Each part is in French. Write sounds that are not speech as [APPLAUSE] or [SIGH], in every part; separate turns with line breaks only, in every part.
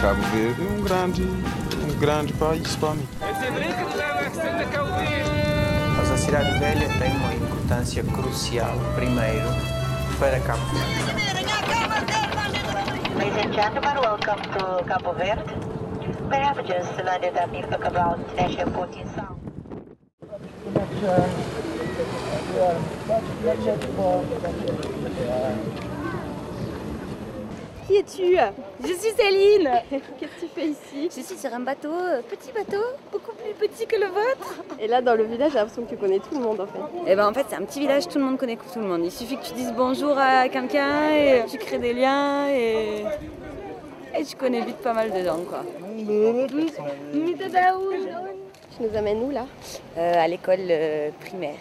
Cabo Verde é um grande, um grande país para mim.
Mas a Cidade Velha tem uma importância crucial, primeiro, para Cabo Verde.
Ladies and gentlemen, welcome to Cabo Verde. We have just landed at Ifacabal National Port in São.
Qui es-tu Je suis Céline [LAUGHS] Qu'est-ce que tu fais ici
Je suis sur un bateau, euh, petit bateau, beaucoup plus petit que le vôtre.
[LAUGHS] Et là, dans le village, j'ai l'impression que tu connais tout le monde en fait.
Et ben en fait, c'est un petit village, tout le monde connaît tout le monde. Il suffit que tu dises bonjour à quelqu'un et tu crées des liens et. Et tu connais vite pas mal de gens quoi.
Tu nous amènes où là
Euh, à l'école euh, primaire.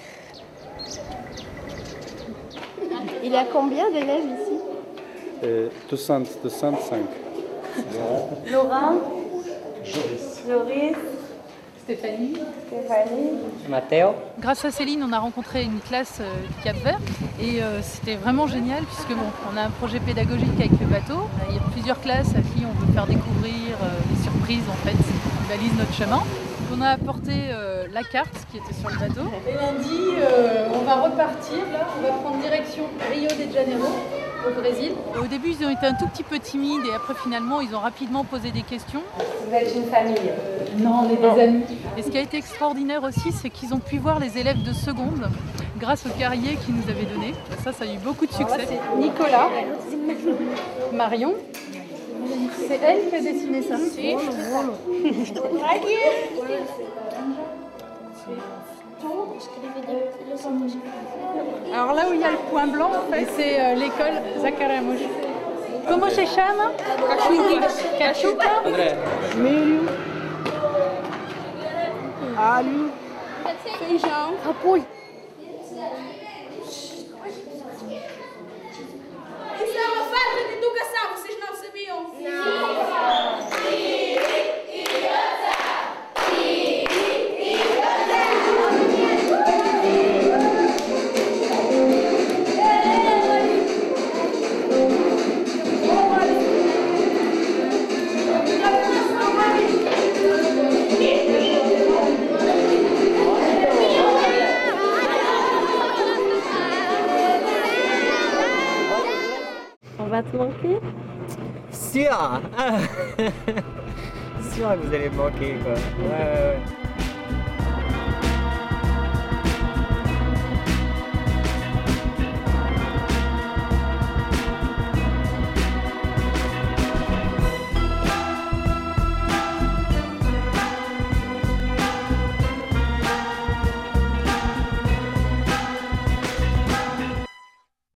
Il y a combien d'élèves ici
200, 205.
Laurent Joris.
Stéphanie.
Stéphanie
Grâce à Céline, on a rencontré une classe euh, du Cap Vert et euh, c'était vraiment génial puisque bon, on a un projet pédagogique avec le bateau. Il y a plusieurs classes à qui on veut faire découvrir euh, des surprises en fait, qui balisent notre chemin. On a apporté euh, la carte qui était sur le bateau. Et lundi, euh, on va repartir là, on va prendre direction Rio de Janeiro. Au Brésil. Au début, ils ont été un tout petit peu timides et après, finalement, ils ont rapidement posé des questions. euh, Non, on est des amis. Et ce qui a été extraordinaire aussi, c'est qu'ils ont pu voir les élèves de seconde grâce au carrier qu'ils nous avaient donné. Ça, ça a eu beaucoup de succès. Nicolas, Marion. C'est elle qui a dessiné ça. Oh, Alors là où il y a le point blanc, en fait, c'est euh, l'école Zacaramouche. Comment se chama? Cachuca.
Isso é uma falta de educação, vocês não sabiam?
On va te manquer
Sûr Sûr que vous allez me manquer, quoi. Ouais, ouais, ouais.